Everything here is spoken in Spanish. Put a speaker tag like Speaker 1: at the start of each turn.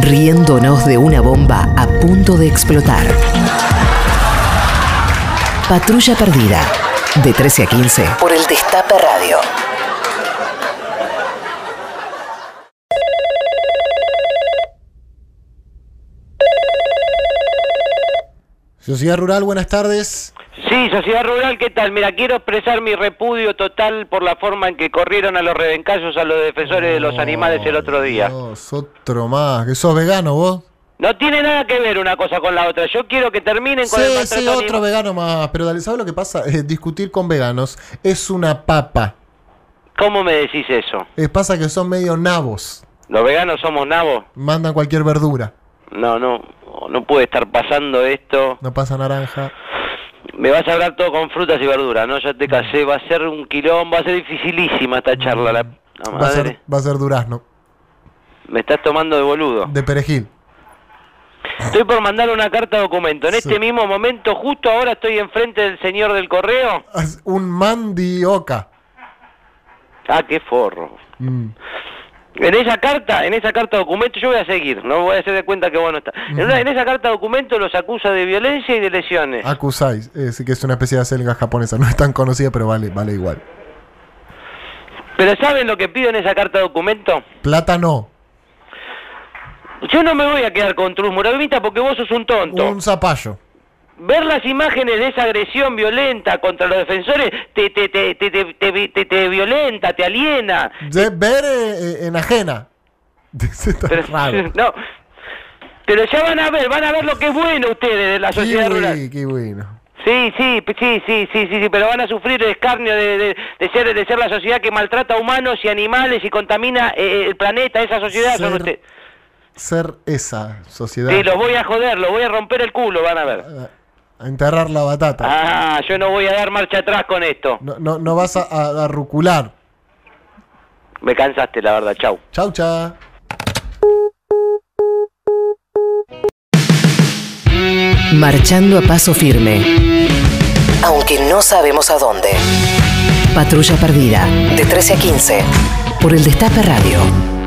Speaker 1: riéndonos de una bomba a punto de explotar. Patrulla Perdida, de 13 a 15, por el Destape Radio.
Speaker 2: Sociedad Rural, buenas tardes.
Speaker 3: Sí, Sociedad Rural, ¿qué tal? Mira, quiero expresar mi repudio total por la forma en que corrieron a los rebencallos, a los defensores de los animales el otro día.
Speaker 2: Dios, otro más. ¿Que sos vegano vos?
Speaker 3: No tiene nada que ver una cosa con la otra. Yo quiero que terminen con el
Speaker 2: Sí,
Speaker 3: maltrato
Speaker 2: sí, otro
Speaker 3: animal.
Speaker 2: vegano más. Pero dale, ¿sabes lo que pasa? Eh, discutir con veganos es una papa.
Speaker 3: ¿Cómo me decís eso?
Speaker 2: Eh, pasa que son medio nabos.
Speaker 3: ¿Los veganos somos nabos?
Speaker 2: Mandan cualquier verdura.
Speaker 3: No, no, no puede estar pasando esto.
Speaker 2: No pasa naranja.
Speaker 3: Me vas a hablar todo con frutas y verduras, ¿no? Ya te casé, va a ser un quilombo, va a ser dificilísima esta charla. La... la
Speaker 2: va, a
Speaker 3: madre,
Speaker 2: ser, va a ser durazno.
Speaker 3: me estás tomando de boludo.
Speaker 2: De perejil.
Speaker 3: Estoy por mandar una carta documento. En
Speaker 2: Sí.
Speaker 3: este mismo momento, justo ahora estoy enfrente del señor del correo.
Speaker 2: As- Un mandioca.
Speaker 3: Ah, qué forro.
Speaker 2: Mm.
Speaker 3: En esa carta, en esa carta documento, yo voy a seguir, no voy a hacer de cuenta que vos no estás. En, una- en esa carta documento los acusa de violencia y de lesiones.
Speaker 2: Akusai. eh, sí que es una especie de acelga japonesa. No es tan conocida, pero vale, vale igual.
Speaker 3: Pero ¿saben lo que pido en esa carta documento?
Speaker 2: Plátano.
Speaker 3: Yo no me voy a quedar con Trus Muravita porque vos sos un tonto.
Speaker 2: Un zapallo.
Speaker 3: Ver las imágenes de esa agresión violenta contra los defensores te, te, te, te, te, te- te- te violenta, te aliena.
Speaker 2: De ver eh, eh, en ajena. Está
Speaker 3: Pero,
Speaker 2: raro.
Speaker 3: no. Pero ya van a ver, van a ver lo que es bueno ustedes de la sociedad rural.
Speaker 2: Kiwi, kiwi, no.
Speaker 3: Sí, sí, p- sí, sí, sí, sí, sí, pero van a sufrir el escarnio de, de- de ser, de ser la sociedad que maltrata a humanos y animales y contamina eh, el planeta, esa sociedad. son
Speaker 2: Ser-
Speaker 3: ustedes.
Speaker 2: Ser esa sociedad.
Speaker 3: Sí, los voy a joder, los voy a romper el culo, van a ver.
Speaker 2: A enterrar la batata.
Speaker 3: Ah, yo no voy a dar marcha atrás con esto.
Speaker 2: No, no, no vas a, a- a rucular.
Speaker 3: Me cansaste, la verdad, chau.
Speaker 2: Chau, chau.
Speaker 1: Marchando a paso firme. Aunque no sabemos a dónde. Patrulla Perdida, de 13 a 15, por el Destape Radio.